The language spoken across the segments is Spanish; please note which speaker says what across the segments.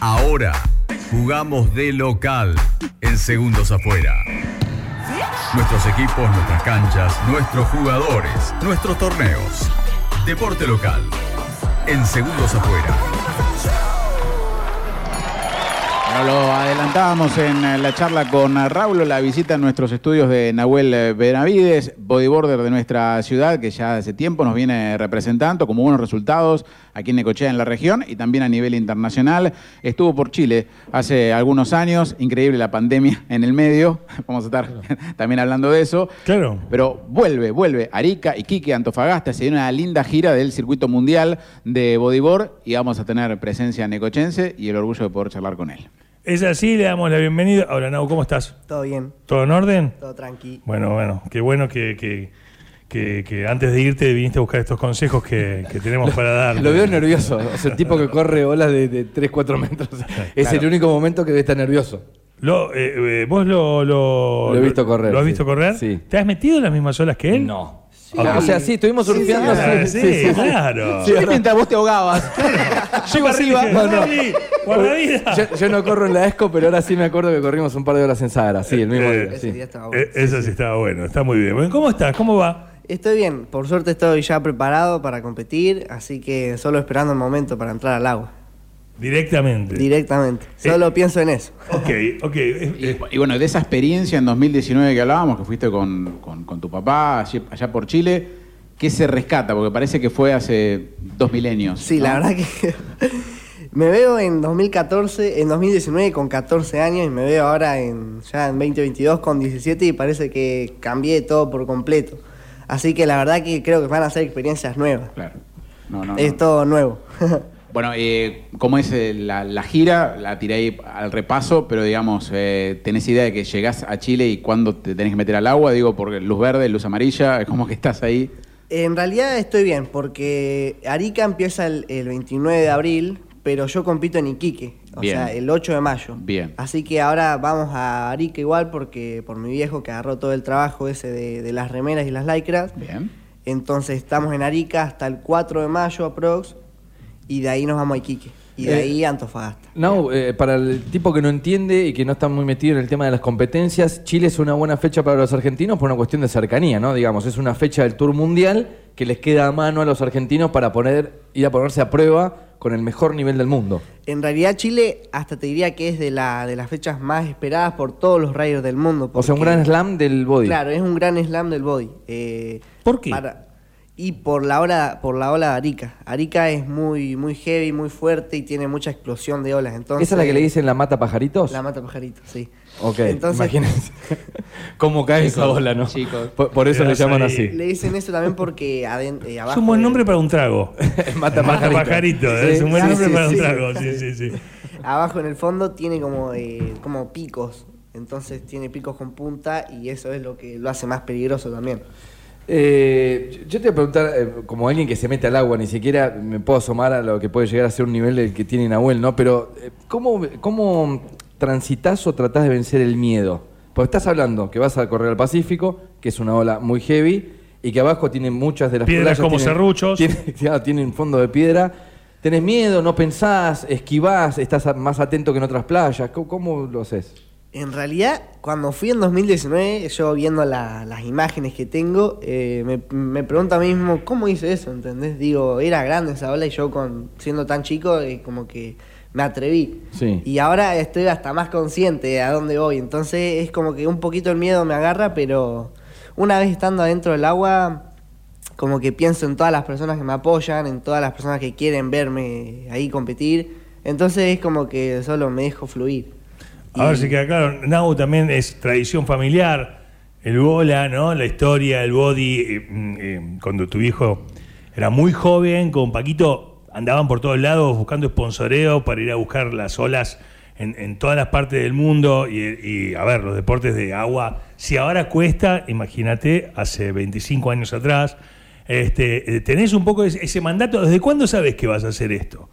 Speaker 1: Ahora jugamos de local en Segundos Afuera. Nuestros equipos, nuestras canchas, nuestros jugadores, nuestros torneos. Deporte local en Segundos Afuera.
Speaker 2: Bueno, lo adelantábamos en eh, la charla con Raúl, la visita a nuestros estudios de Nahuel eh, Benavides, bodyboarder de nuestra ciudad, que ya hace tiempo nos viene representando como buenos resultados aquí en Necochea, en la región, y también a nivel internacional. Estuvo por Chile hace algunos años, increíble la pandemia en el medio, vamos a estar también hablando de eso.
Speaker 3: Claro.
Speaker 2: Pero vuelve, vuelve Arica, Iquique, Antofagasta, se dio una linda gira del circuito mundial de bodyboard y vamos a tener presencia necochense y el orgullo de poder charlar con él.
Speaker 3: Es así, le damos la bienvenida. Hola, Nau, ¿cómo estás?
Speaker 4: Todo bien,
Speaker 3: ¿Todo en orden?
Speaker 4: todo tranqui.
Speaker 3: Bueno, bueno, qué bueno que, que, que- que antes de irte viniste a buscar estos consejos que, que tenemos para dar.
Speaker 5: Lo veo nervioso, o sea, el tipo que corre olas de, 3, 4 metros. Es el único momento que debe estar nervioso.
Speaker 3: Lo, eh, eh, ¿Vos lo, lo,
Speaker 5: Lo he visto correr,
Speaker 3: ¿Lo has
Speaker 5: sí.
Speaker 3: visto correr?
Speaker 5: Sí.
Speaker 3: ¿Te has metido en las mismas olas que él?
Speaker 5: No. O sea, sí, estuvimos surfeando.
Speaker 3: Ah, sí,
Speaker 5: sí, sí, sí.
Speaker 3: claro.
Speaker 2: Sí, mientras vos te ahogabas.
Speaker 5: Llego arriba.
Speaker 3: Barril,
Speaker 5: No, no.
Speaker 3: barril, guardavida.
Speaker 5: Yo, yo no corro en la ESCO, pero ahora sí me acuerdo que corrimos un par de horas en Sadra, sí, el mismo
Speaker 3: Eh,
Speaker 5: día.
Speaker 4: Ese
Speaker 5: sí.
Speaker 4: día estaba bueno.
Speaker 3: Eh, Eso sí estaba bueno, está muy bien. Bueno, ¿Cómo estás? ¿Cómo va?
Speaker 4: Estoy bien, por suerte estoy ya preparado para competir, así que solo esperando el momento para entrar al agua,
Speaker 3: Directamente.
Speaker 4: directamente. Solo pienso en eso.
Speaker 3: ok, ok. Eh, eh,
Speaker 2: Y, y bueno, de esa experiencia en 2019 que hablábamos, que fuiste con, con- con tu papá allí- allá por Chile, ¿qué se rescata? Porque parece que fue hace dos milenios.
Speaker 4: Sí, la
Speaker 2: ¿no?
Speaker 4: verdad que me veo en 2014, en 2019 con 14 años y me veo ahora en ya en 2022 con 17 y parece que cambié todo por completo. Así que la verdad que creo que van a ser experiencias nuevas.
Speaker 2: Claro. No, no, no.
Speaker 4: Es todo nuevo.
Speaker 2: Bueno, eh, ¿cómo es eh, la, la gira? La tiré ahí al repaso, pero digamos, eh, ¿tenés idea de que llegás a Chile y cuándo te tenés que meter al agua? Digo, porque luz verde, luz amarilla, ¿cómo que estás ahí?
Speaker 4: En realidad estoy bien, porque Arica empieza el, el 29 de abril, pero yo compito en Iquique, o
Speaker 2: Bien.
Speaker 4: sea, el 8 de mayo.
Speaker 2: Bien.
Speaker 4: Así que ahora vamos a Arica igual, porque por mi viejo que agarró todo el trabajo ese de, de las remeras y las lycras.
Speaker 2: Bien.
Speaker 4: Entonces estamos en Arica hasta el 4 de mayo aprox, y de ahí nos vamos a Iquique, y de
Speaker 5: Eh,
Speaker 4: ahí a Antofagasta.
Speaker 5: No, eh, para el tipo que no entiende y que no está muy metido en el tema de las competencias, Chile es una buena fecha para los argentinos por una cuestión de cercanía, ¿no? Digamos, es una fecha del Tour Mundial que les queda a mano a los argentinos para poner, ir a ponerse a prueba con el mejor nivel del mundo.
Speaker 4: En realidad Chile hasta te diría que es de, la, de las fechas más esperadas por todos los riders del mundo.
Speaker 5: O sea, un
Speaker 4: porque-
Speaker 5: gran slam del body.
Speaker 4: Claro, es un gran slam del body. Eh,
Speaker 3: ¿Por qué?
Speaker 4: para- y por la ola, por la ola de Arica. Arica es muy, muy heavy, muy fuerte y tiene mucha explosión de olas. Entonces,
Speaker 5: ¿Esa es la que le dicen la mata pajaritos?
Speaker 4: La mata pajarito, sí.
Speaker 5: Ok,
Speaker 4: Entonces,
Speaker 5: imagínense cómo cae esa ola, ¿no?
Speaker 2: chicos.
Speaker 5: Por, por eso le
Speaker 3: Quedás
Speaker 5: llaman
Speaker 3: ahí.
Speaker 5: así.
Speaker 4: Le dicen eso también porque aden- eh,
Speaker 3: es
Speaker 4: abajo.
Speaker 3: un buen
Speaker 4: del-
Speaker 3: nombre para un trago.
Speaker 5: Mata pajarito.
Speaker 3: pajarito, ¿eh?
Speaker 5: Sí,
Speaker 3: es un buen
Speaker 5: sí,
Speaker 3: nombre
Speaker 5: sí,
Speaker 3: para
Speaker 5: sí.
Speaker 3: un trago, sí, sí, sí.
Speaker 4: Abajo en el fondo tiene como, eh, como picos. Entonces tiene picos con punta y eso es lo que lo hace más peligroso también.
Speaker 5: Eh, yo te voy a preguntar, eh, como alguien que se mete al agua, ni siquiera me puedo asomar a lo que puede llegar a ser un nivel del que tiene Nahuel, ¿no? Pero, eh, ¿cómo, ¿cómo transitas o tratás de vencer el miedo? Porque estás hablando que vas a correr al Pacífico, que es una ola muy heavy, y que abajo tienen muchas de las
Speaker 3: Piedras como
Speaker 5: tienen-
Speaker 3: serruchos.
Speaker 5: tienen- claro, tienen fondo de piedra. Tenés miedo, no pensás, esquivás, estás a- más atento que en otras playas. ¿Cómo, cómo lo haces?
Speaker 4: En realidad, cuando fui en 2019, yo viendo la- las imágenes que tengo, eh, me, me pregunto a mí mismo, ¿cómo hice eso? ¿Entendés? Digo, era grande esa ola y yo con, siendo tan chico, eh, como que me atreví.
Speaker 5: Sí.
Speaker 4: Y ahora estoy hasta más consciente de a dónde voy. Entonces es como que un poquito el miedo me agarra, pero una vez estando adentro del agua, como que pienso en todas las personas que me apoyan, en todas las personas que quieren verme ahí competir. Entonces es como que solo me dejo fluir.
Speaker 3: A ver si queda claro. Nau también es tradición familiar. El bola, ¿no? La historia, el body. eh, mm, eh, cuando tu hijo era muy joven, con Paquito andaban por todos lados buscando esponsoreo para ir a buscar las olas en, en todas las partes del mundo. Y, y, a ver, los deportes de agua. Si ahora cuesta, imagínate, hace 25 años atrás. Este, eh, tenés un poco ese, ese mandato. ¿Desde cuándo sabes que vas a hacer esto?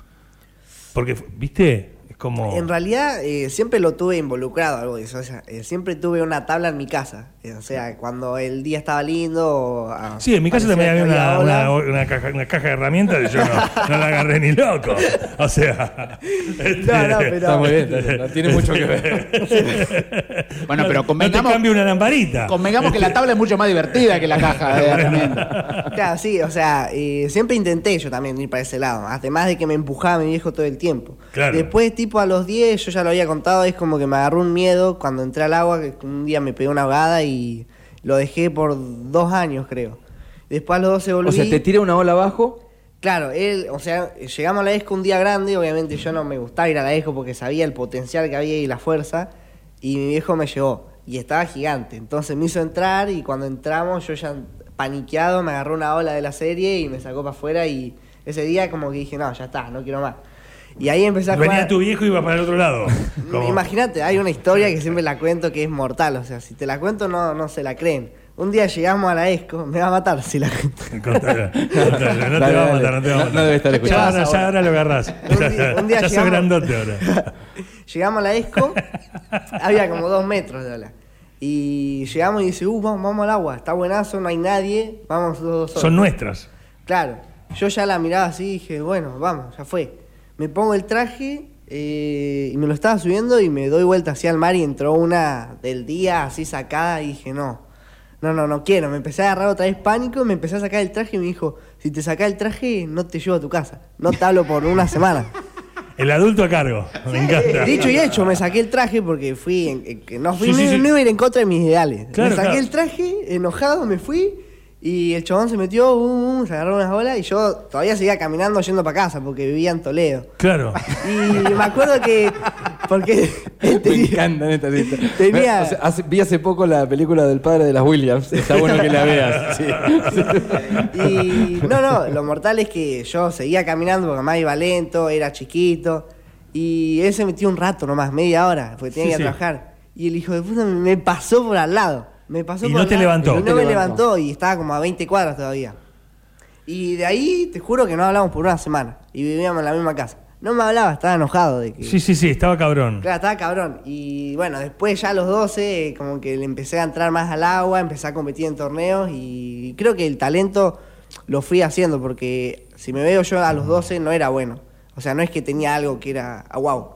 Speaker 3: Porque, viste, como.
Speaker 4: En realidad eh, siempre lo tuve involucrado algo de eso. O sea, eh, siempre tuve una tabla en mi casa. Eh, o sea, cuando el día estaba lindo. o, ah,
Speaker 3: Sí, en mi casa
Speaker 4: parecía
Speaker 3: también había
Speaker 4: que
Speaker 3: una, una-
Speaker 4: olas.
Speaker 3: una caja, una caja de herramientas y yo no, no la agarré ni loco. O sea. este,
Speaker 4: No, no, pero-
Speaker 5: Está muy bien, está bien, no tiene mucho que ver.
Speaker 2: Bueno, pero
Speaker 3: No
Speaker 2: convengamos-
Speaker 3: te cambio una lamparita.
Speaker 2: Convengamos que la tabla es mucho más divertida que la caja eh, de herramientas.
Speaker 4: Claro, sí, o sea, eh, siempre intenté yo también ir para ese lado, además de que me empujaba mi viejo todo el tiempo.
Speaker 3: Claro.
Speaker 4: Después, tipo a los 10, yo ya lo había contado, es como que me agarró un miedo cuando entré al agua, que un día me pegó una ahogada y lo dejé por dos años, creo. Después a los 12 volví.
Speaker 5: O sea, te tira una ola abajo.
Speaker 4: Claro, él, o sea, llegamos a la disco un día grande, obviamente yo no me gustaba ir a la disco porque sabía el potencial que había y la fuerza, y mi viejo me llevó, y estaba gigante, entonces me hizo entrar y cuando entramos yo ya paniqueado me agarró una ola de la serie y me sacó para afuera y ese día como que dije, no, ya está, no quiero más. Y ahí empecé a
Speaker 3: Venía
Speaker 4: jugar...
Speaker 3: tu viejo y iba para el otro lado. Como-
Speaker 4: Imagínate, hay una historia que siempre la cuento que es mortal, o sea, si te la cuento no, no se la creen. Un día llegamos a la disco, me va a matar si la cuento.
Speaker 3: Contalo, contalo, No te
Speaker 5: Dale,
Speaker 3: va a
Speaker 5: dale.
Speaker 3: matar, no te va a
Speaker 5: No-
Speaker 3: matar.
Speaker 5: no debe estar
Speaker 3: Ya
Speaker 5: escuchando.
Speaker 3: ahora- Ya, ahora lo agarrás.
Speaker 4: Un día- un día
Speaker 3: ya sos
Speaker 4: llegamos-
Speaker 3: grandote ahora.
Speaker 4: Llegamos a la disco, había como dos metros de ola. Y llegamos y dice, uh, vamos, vamos al agua, está buenazo, no hay nadie, vamos los dos solos.
Speaker 3: Son nuestras.
Speaker 4: Claro, yo ya la miraba así y dije, bueno, vamos, ya fue. Me pongo el traje eh, y me lo estaba subiendo y me doy vuelta hacia el mar y entró una del día así sacada y dije, no, no, no, no quiero. Me empecé a agarrar otra vez pánico, me empecé a sacar el traje y me dijo, si te sacás el traje no te llevo a tu casa, no te hablo por una semana.
Speaker 3: El adulto a cargo. Me encanta.
Speaker 4: Dicho y hecho, me saqué el traje porque fui. en- en- que no fui,
Speaker 3: Sí, sí,
Speaker 4: no-
Speaker 3: sí.
Speaker 4: no iba a ir en contra de mis ideales.
Speaker 3: Claro,
Speaker 4: me saqué
Speaker 3: claro.
Speaker 4: el traje, enojado, me fui. Y el chabón se metió, uh, uh, se agarró unas olas. Y yo todavía seguía caminando yendo para casa porque vivía en Toledo.
Speaker 3: Claro.
Speaker 4: Y me acuerdo que. Porque. él
Speaker 5: Me
Speaker 4: tenía-
Speaker 5: encantan estas citas.
Speaker 4: Tenía-
Speaker 5: O sea, hace- vi hace poco la película del padre de las Williams. Está bueno que la veas. sí.
Speaker 4: Y no, no, lo mortal es que yo seguía caminando porque más iba lento, era chiquito. Y él se metió un rato nomás, media hora, porque tenía
Speaker 3: Sí,
Speaker 4: que
Speaker 3: sí.
Speaker 4: trabajar. Y el hijo de puta me- me pasó por al lado. Me pasó
Speaker 3: Y
Speaker 4: por
Speaker 3: no
Speaker 4: al
Speaker 3: te
Speaker 4: lado,
Speaker 3: levantó.
Speaker 4: Y
Speaker 3: No
Speaker 4: no
Speaker 5: te
Speaker 4: me
Speaker 5: levantó.
Speaker 4: levantó y estaba como a 20 cuadras todavía. Y de ahí te juro que no hablamos por una semana. Y vivíamos en la misma casa. No me hablaba, estaba enojado de que.
Speaker 3: Sí, sí, sí, estaba cabrón.
Speaker 4: Claro, estaba cabrón. Y bueno, después ya a los 12, eh, como que le empecé a entrar más al agua, empecé a competir en torneos y creo que el talento lo fui haciendo porque si me veo yo a los 12 no era bueno. O sea, no es que tenía algo que era ah, wow.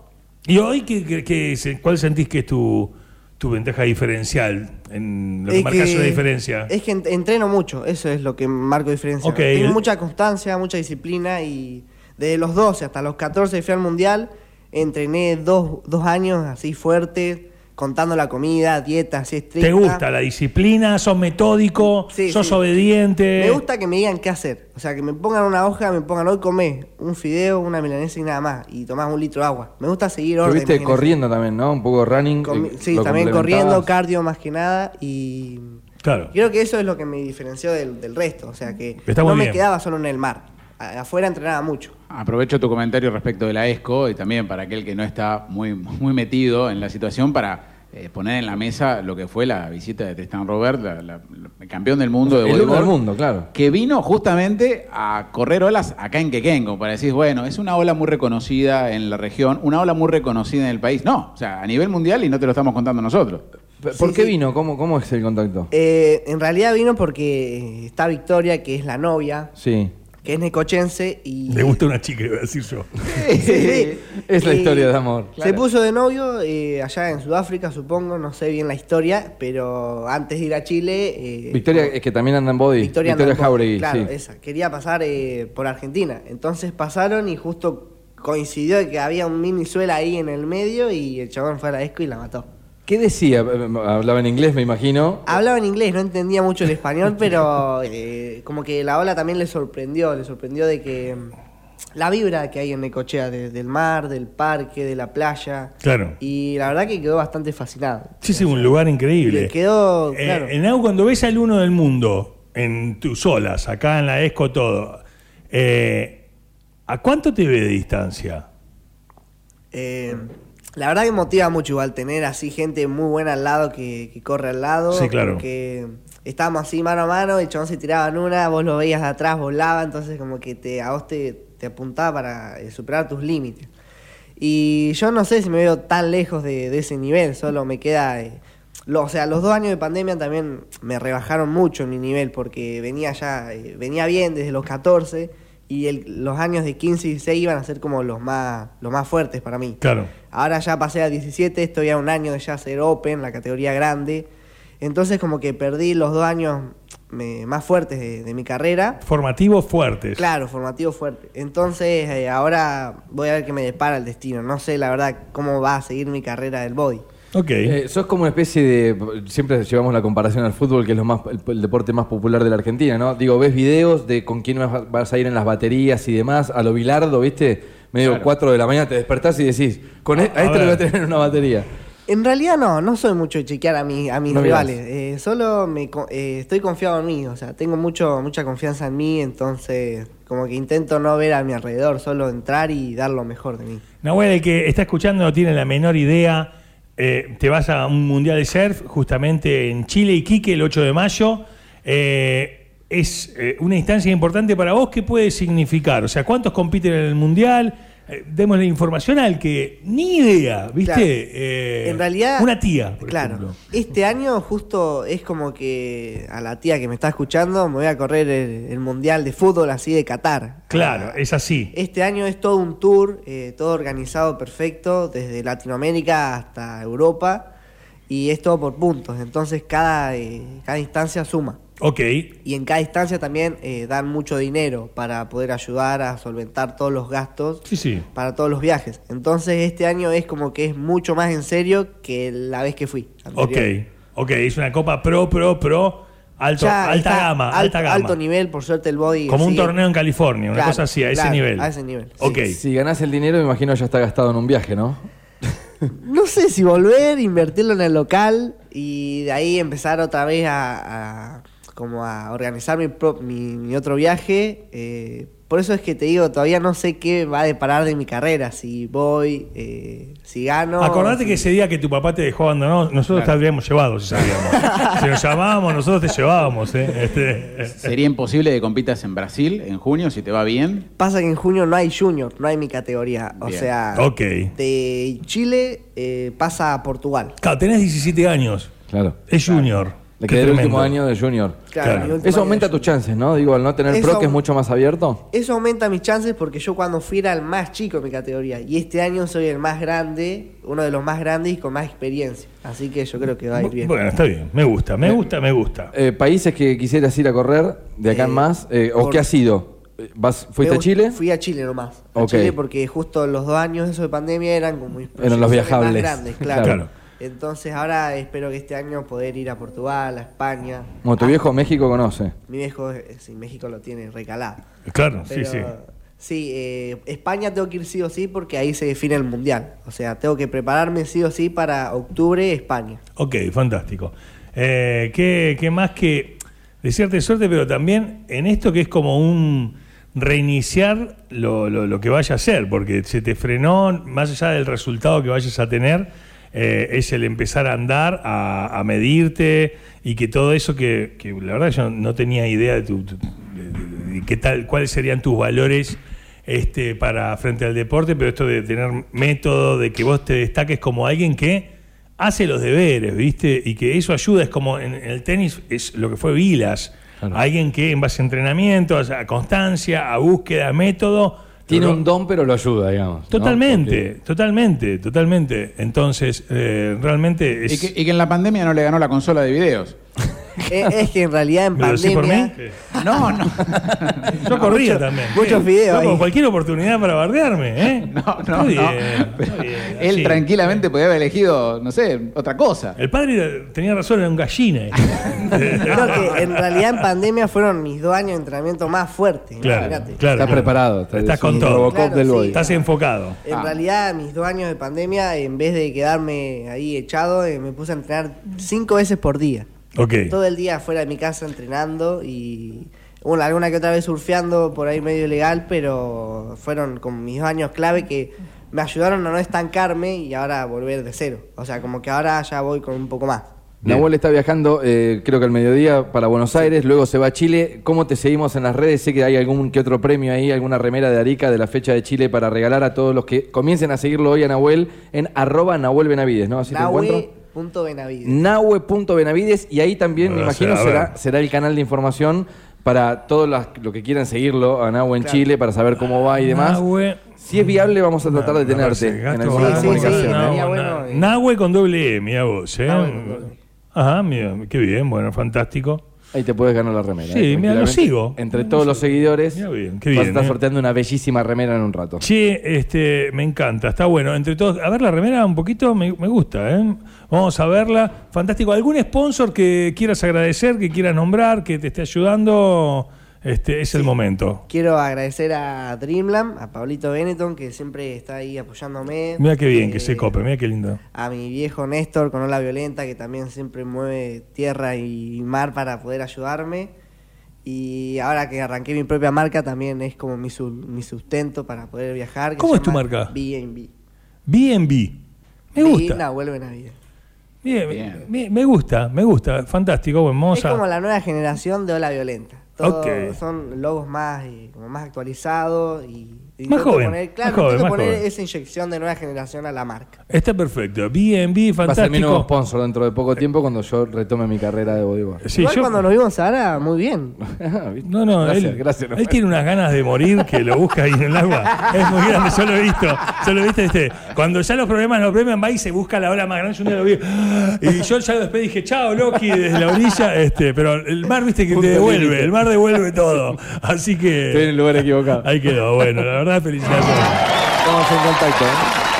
Speaker 3: ¿Y hoy qué, qué- qué se- cuál sentís que es tu, tu ventaja diferencial? En lo que
Speaker 4: Es
Speaker 3: marcas
Speaker 4: que-
Speaker 3: una diferencia.
Speaker 4: Es que en- entreno mucho, eso es lo que marco diferencia.
Speaker 3: Ok.
Speaker 4: Tengo mucha constancia, mucha disciplina y desde los 12 hasta los 14 fui al mundial, entrené dos, dos años así fuerte, contando la comida, dieta, así estricta.
Speaker 3: ¿Te gusta la disciplina? ¿Sos metódico?
Speaker 4: Sí,
Speaker 3: ¿Sos
Speaker 4: sí.
Speaker 3: obediente?
Speaker 5: Eh,
Speaker 4: Me gusta que me digan qué hacer. O sea, que me pongan una hoja, me pongan hoy comés un fideo, una milanesa y nada más. Y tomás un litro de agua. Me gusta seguir orden.
Speaker 5: Estuviste
Speaker 4: imagínense.
Speaker 5: corriendo también, ¿no? Un poco running.
Speaker 4: Comi-
Speaker 5: eh,
Speaker 4: sí,
Speaker 5: lo
Speaker 4: también
Speaker 5: complementabas.
Speaker 4: corriendo, cardio más que nada. Y
Speaker 3: Claro.
Speaker 4: creo que eso es lo que me diferenció del, del resto. O sea, que
Speaker 3: Está muy
Speaker 4: no me
Speaker 3: bien.
Speaker 4: quedaba solo en el mar. A- Afuera entrenaba mucho.
Speaker 2: Aprovecho tu comentario respecto de la ESCO y también para aquel que no está muy, muy metido en la situación para eh, poner en la mesa lo que fue la visita de Tristan Robert, la- la- el campeón del mundo de
Speaker 5: El uno
Speaker 2: voleibol,
Speaker 5: del mundo, claro.
Speaker 2: que vino justamente a correr olas acá en Quequén, como para decir, bueno, es una ola muy reconocida en la región, una ola muy reconocida en el país. No, o sea, a nivel mundial y no te lo estamos contando nosotros.
Speaker 5: ¿Por por
Speaker 4: Sí,
Speaker 5: qué
Speaker 4: sí.
Speaker 5: vino? ¿Cómo, ¿Cómo es el contacto?
Speaker 4: Eh, en realidad vino porque está Victoria, que es la novia,
Speaker 5: Sí.
Speaker 4: que es necochense. Y
Speaker 3: Le gusta una chica, iba a decir yo.
Speaker 4: sí.
Speaker 5: Es la
Speaker 4: Y
Speaker 5: historia de amor.
Speaker 4: Se puso de novio eh, allá en Sudáfrica, supongo, no sé bien la historia, pero antes de ir a Chile... eh,
Speaker 5: Victoria, es que también anda en body. Victoria,
Speaker 4: andaba-
Speaker 5: Jauregui.
Speaker 4: Claro,
Speaker 5: sí.
Speaker 4: esa. Quería pasar eh, por Argentina. Entonces pasaron y justo coincidió que había un minizuela ahí en el medio y el chabón fue a la disco y la mató.
Speaker 5: ¿Qué decía? Eh, Hablaba en inglés, me imagino.
Speaker 4: Hablaba en inglés, no entendía mucho el español, pero eh, como que la ola también le sorprendió, le sorprendió de que mm, la vibra que hay en Necochea, de- del mar, del parque, de la playa.
Speaker 3: Claro.
Speaker 4: Y la verdad que quedó bastante fascinado.
Speaker 3: Sí, sí, un lugar increíble.
Speaker 4: Le quedó,
Speaker 3: Eh,
Speaker 4: claro.
Speaker 3: en algo cuando ves al uno del mundo, en tus olas, acá en la ESCO, todo, eh, ¿a cuánto te ve de distancia?
Speaker 4: Eh, la verdad que motiva mucho igual tener así gente muy buena al lado que, que corre al lado.
Speaker 3: Sí, claro.
Speaker 4: Porque estábamos así mano a mano, el chabón se tiraba en una, vos lo veías de atrás, volaba, entonces como que te, a vos te, te apuntaba para eh, superar tus límites. Y yo no sé si me veo tan lejos de, de ese nivel, solo me queda... eh, lo- o sea, los dos años de pandemia también me rebajaron mucho mi nivel porque venía ya, eh, venía bien desde los 14 y el- los años de 15 y 16 iban a ser como los más, los más fuertes para mí.
Speaker 3: Claro.
Speaker 4: Ahora ya pasé a 17, estoy a un año de ya ser Open, la categoría grande. Entonces como que perdí los dos años me- más fuertes de, de mi carrera.
Speaker 3: Formativos fuertes.
Speaker 4: Claro, formativo fuerte. Entonces eh, ahora voy a ver qué me depara el destino. No sé la verdad cómo va a seguir mi carrera del body.
Speaker 3: Ok.
Speaker 5: Eh, sos como una especie de. Siempre llevamos la comparación al fútbol, que es lo más, el, el deporte más popular de la Argentina, ¿no? Digo, ves videos de con quién vas, vas a ir en las baterías y demás, a lo bilardo, ¿viste? Medio 4 de la mañana te despertás y decís, con e- a,
Speaker 3: A
Speaker 5: este lo voy a
Speaker 3: ver.
Speaker 5: tener en una batería.
Speaker 4: En realidad no, no soy mucho de chequear a, mi- a mis
Speaker 5: No mirás.
Speaker 4: rivales. Eh, solo me, co- eh, estoy confiado en mí, o sea, tengo mucho, mucha confianza en mí, entonces como que intento no ver a mi alrededor, solo entrar y dar lo mejor de mí.
Speaker 3: Nahuel, el que está escuchando no tiene la menor idea. eh, te vas a un mundial de surf justamente en Chile, Iquique, el 8 de mayo. Eh, es eh, una instancia importante para vos. ¿Qué puede significar? O sea, ¿cuántos compiten en el mundial? Eh, démosle información al que ni idea, ¿viste?
Speaker 4: Claro.
Speaker 3: Eh,
Speaker 4: en realidad.
Speaker 3: Una tía, por
Speaker 4: claro.
Speaker 3: ejemplo.
Speaker 4: Este año justo es como que a la tía que me está escuchando me voy a correr el, el mundial de fútbol así de Qatar.
Speaker 3: Claro, es así.
Speaker 4: Este año es todo un tour, eh, todo organizado perfecto, desde Latinoamérica hasta Europa, y es todo por puntos, entonces cada, eh, cada instancia suma.
Speaker 3: Ok,
Speaker 4: Y en cada instancia también eh, dan mucho dinero para poder ayudar a solventar todos los gastos
Speaker 3: sí, sí.
Speaker 4: para todos los viajes. Entonces este año es como que es mucho más en serio que la vez que fui.
Speaker 3: Ok,
Speaker 4: anterior.
Speaker 3: ok, es una copa pro, pro, pro, alto,
Speaker 4: Ya
Speaker 3: alta
Speaker 4: está
Speaker 3: gama,
Speaker 4: al-
Speaker 3: alta gama.
Speaker 4: Alto nivel, por suerte el body.
Speaker 3: Como un
Speaker 4: sigue-
Speaker 3: torneo en California, una
Speaker 4: Claro,
Speaker 3: cosa así, a ese
Speaker 4: claro,
Speaker 3: nivel.
Speaker 4: a ese nivel, sí.
Speaker 3: Ok.
Speaker 5: Si ganás el dinero, me imagino ya está gastado en un viaje, ¿no?
Speaker 4: No sé si volver, invertirlo en el local y de ahí empezar otra vez a, a- como a organizar mi, pro- mi, mi otro viaje. eh, por eso es que te digo, todavía no sé qué va a deparar de mi carrera, si voy, eh, si gano.
Speaker 3: Acordate
Speaker 4: si-
Speaker 3: que ese día que tu papá te dejó abandonado, nosotros te habríamos llevado, si sabíamos. si nos llamábamos, nosotros te llevábamos. ¿eh? Este,
Speaker 2: Sería imposible que compitas en Brasil en junio si te va bien.
Speaker 4: Pasa que en junio no hay junior, no hay mi categoría. O
Speaker 2: Bien.
Speaker 4: sea,
Speaker 3: ok.
Speaker 4: de Chile eh, pasa a Portugal.
Speaker 3: Claro, tenés 17 años,
Speaker 5: Claro.
Speaker 3: es junior.
Speaker 5: Le
Speaker 3: Qué
Speaker 5: queda el
Speaker 3: tremendo.
Speaker 5: último año de junior.
Speaker 3: Claro.
Speaker 4: mi último
Speaker 5: Eso
Speaker 4: año
Speaker 5: aumenta
Speaker 4: de
Speaker 5: tus
Speaker 4: junior.
Speaker 5: chances, ¿no? Digo, al no tener
Speaker 4: Eso
Speaker 5: pro, que es
Speaker 4: aum-
Speaker 5: mucho más abierto.
Speaker 4: Eso aumenta mis chances porque yo cuando fui era el más chico en mi categoría y este año soy el más grande, uno de los más grandes y con más experiencia. Así que yo creo que va a ir bien.
Speaker 3: Bueno, está bien, me gusta, me gusta, me gusta.
Speaker 5: Eh, países que quisieras ir a correr de acá en
Speaker 4: Eh,
Speaker 5: más, eh, o
Speaker 4: por-
Speaker 5: qué has ido. Eh, ¿Vas, ¿Fuiste
Speaker 4: Me
Speaker 5: a
Speaker 4: gust-
Speaker 5: Chile?
Speaker 4: Fui a Chile nomás. A
Speaker 5: Ok.
Speaker 4: Chile porque justo los dos años esos de pandemia eran como mis
Speaker 5: Eran los
Speaker 4: proyecciones
Speaker 5: viajables.
Speaker 4: Más grandes, claro.
Speaker 3: Claro.
Speaker 4: Entonces ahora espero que este año poder ir a Portugal, a España.
Speaker 5: Como tu
Speaker 4: Ah,
Speaker 5: viejo México conoce.
Speaker 4: Mi viejo, eh, sí, México lo tiene recalado.
Speaker 3: Claro,
Speaker 4: Pero,
Speaker 3: sí, sí.
Speaker 4: sí, eh, España tengo que ir sí o sí porque ahí se define el mundial. O sea, tengo que prepararme sí o sí para octubre España.
Speaker 3: Ok, fantástico. Eh, ¿qué, qué más que desearte suerte, pero también en esto que es como un reiniciar lo, lo- lo que vaya a ser, porque se te frenó, más allá del resultado que vayas a tener, eh, es el empezar a andar, a, a medirte y que todo eso que, que la verdad yo no tenía idea de, tu, tu- de- de- de- de qué tal, cuáles serían tus valores este, para frente al deporte, pero esto de tener método, de que vos te destaques como alguien que hace los deberes, ¿viste? Y que eso ayuda, es como en, en el tenis, es lo que fue Vilas.
Speaker 5: Claro.
Speaker 3: Alguien que en base a entrenamientos, a constancia, a búsqueda, a método.
Speaker 5: Tiene
Speaker 3: logró-
Speaker 5: un don, pero lo ayuda, digamos. ¿no?
Speaker 3: Totalmente, totalmente, totalmente. Entonces, eh, realmente
Speaker 2: Y
Speaker 3: es.
Speaker 2: que, y que en la pandemia no le ganó la consola de videos.
Speaker 4: Eh, es que en realidad en
Speaker 3: ¿Me lo decís por mí?
Speaker 4: pandemia...
Speaker 2: No, no.
Speaker 3: Yo corría también.
Speaker 4: muchos
Speaker 3: Sí.
Speaker 4: videos
Speaker 3: Loco,
Speaker 4: ahí.
Speaker 3: cualquier oportunidad para bardearme, ¿eh?
Speaker 2: No, no,
Speaker 3: Está
Speaker 2: no.
Speaker 3: bien,
Speaker 2: Pero
Speaker 3: está bien,
Speaker 2: Él
Speaker 3: sí.
Speaker 2: tranquilamente podía haber elegido, no sé, otra cosa.
Speaker 3: El padre era- tenía razón, era un gallina.
Speaker 4: No, que en realidad en pandemia fueron mis dos años de entrenamiento más fuertes.
Speaker 3: Claro,
Speaker 4: imagínate.
Speaker 3: claro,
Speaker 5: Estás
Speaker 3: claro.
Speaker 5: preparado. estás-
Speaker 3: Estás con
Speaker 5: un
Speaker 3: todo.
Speaker 5: Robocop
Speaker 4: Claro,
Speaker 5: del
Speaker 4: sí.
Speaker 5: body.
Speaker 3: Estás enfocado.
Speaker 4: En
Speaker 2: Ah.
Speaker 4: realidad, mis dos años de pandemia, en vez de quedarme ahí echado, eh, me puse a entrenar cinco veces por día.
Speaker 3: Ok.
Speaker 4: Todo el día fuera de mi casa entrenando y una, alguna que otra vez surfeando por ahí medio ilegal, pero fueron como mis dos años clave que me ayudaron a no estancarme y ahora volver de cero. O sea, como que ahora ya voy con un poco más.
Speaker 2: Bien.
Speaker 5: Nahuel está viajando, eh, creo que al mediodía, para Buenos Aires, luego se va a Chile. ¿Cómo te seguimos en las redes? Sé que hay algún que otro premio ahí, alguna remera de Arica de la fecha de Chile para regalar a todos los que comiencen a seguirlo hoy a Nahuel en arroba Nahuel Benavides, ¿no? Así te encuentro.
Speaker 3: Mm.
Speaker 4: Nahue.benavides.
Speaker 5: Nahue.benavides y ahí también,
Speaker 3: Bueno,
Speaker 5: me imagino,
Speaker 3: será, a ver.
Speaker 5: será, será el canal de información para todos los, los que quieran seguirlo a Nahue en Chile para saber cómo va y demás.
Speaker 3: Nahue.
Speaker 5: Si es viable, vamos a tratar de
Speaker 3: Me parece que
Speaker 5: tenerte en
Speaker 3: gasto
Speaker 5: el medio de
Speaker 3: va-
Speaker 4: Sí, sí, sí,
Speaker 5: comunicación. ¿eh?
Speaker 4: estaría
Speaker 3: Nahue,
Speaker 4: bueno,
Speaker 3: Nah-
Speaker 4: eh.
Speaker 3: Nahue con doble E, mira vos, ¿eh?
Speaker 4: Nahue con doble E.
Speaker 3: Ajá, mira, qué bien, bueno, fantástico.
Speaker 5: Ahí te puedes ganar la remera.
Speaker 3: Sí,
Speaker 5: eh,
Speaker 3: mira, lo
Speaker 5: tranquilamente.
Speaker 3: sigo.
Speaker 5: Entre todos los seguidores,
Speaker 3: Mira bien, qué
Speaker 5: vas a
Speaker 3: bien,
Speaker 5: estar
Speaker 3: eh.
Speaker 5: sorteando una bellísima remera en un rato.
Speaker 3: Che, este, me encanta, está bueno. Entre todos, a ver la remera un poquito, me, me gusta, ¿eh? Vamos a verla. Fantástico. ¿Algún sponsor que quieras agradecer, que quieras nombrar, que te esté ayudando? Este, es el momento.
Speaker 4: Quiero agradecer a Dreamland, a Pablito Benetton, que siempre está ahí apoyándome.
Speaker 3: Mira qué bien que
Speaker 4: Eh,
Speaker 3: se cope, mira qué lindo.
Speaker 4: A mi viejo Néstor con Ola Violenta, que también siempre mueve tierra y mar para poder ayudarme. Y ahora que arranqué mi propia marca, también es como mi, su- mi sustento para poder viajar. que
Speaker 3: ¿Cómo
Speaker 4: se
Speaker 3: es tu
Speaker 4: llama
Speaker 3: marca?
Speaker 4: B&B.
Speaker 3: B&B. Me
Speaker 4: Y
Speaker 3: gusta.
Speaker 4: Nahuel Benavides.
Speaker 3: Bien,
Speaker 2: Bien.
Speaker 3: Me, me gusta, me gusta. Fantástico. Bueno, vamos
Speaker 4: Es como
Speaker 3: a...
Speaker 4: la nueva generación de Ola Violenta. Todos
Speaker 3: Ok.
Speaker 4: son logos más, eh, como más actualizados y y
Speaker 3: Más
Speaker 4: intento
Speaker 3: joven,
Speaker 4: poner,
Speaker 3: más
Speaker 4: claro,
Speaker 3: joven,
Speaker 4: intento
Speaker 3: más
Speaker 4: poner
Speaker 3: joven.
Speaker 4: esa inyección de nueva generación a la marca.
Speaker 3: Está perfecto. B&B,
Speaker 5: Va a ser mi nuevo
Speaker 3: fantástico.
Speaker 5: sponsor dentro de poco tiempo cuando yo retome mi carrera de bodyboard.
Speaker 3: Sí,
Speaker 4: Igual
Speaker 3: yo-
Speaker 4: cuando nos vimos ahora, muy bien.
Speaker 3: No, no,
Speaker 5: gracias,
Speaker 3: él,
Speaker 5: gracias.
Speaker 3: él tiene unas ganas de morir que lo busca ahí en el agua. Es muy grande, yo lo he visto. Yo lo he visto, este, cuando ya los problemas lo premian, va y se busca la ola más grande. Yo un día lo vi. Y yo ya después dije, chao, Loki, desde la orilla. Este, pero el mar, viste, que te
Speaker 5: Punto
Speaker 3: devuelve.
Speaker 5: límite.
Speaker 3: El mar devuelve todo. Así
Speaker 5: Estoy en
Speaker 3: que
Speaker 5: el lugar equivocado.
Speaker 3: ahí quedó. Bueno, la verdad, felicidades.
Speaker 5: Estamos en contacto. ¿eh?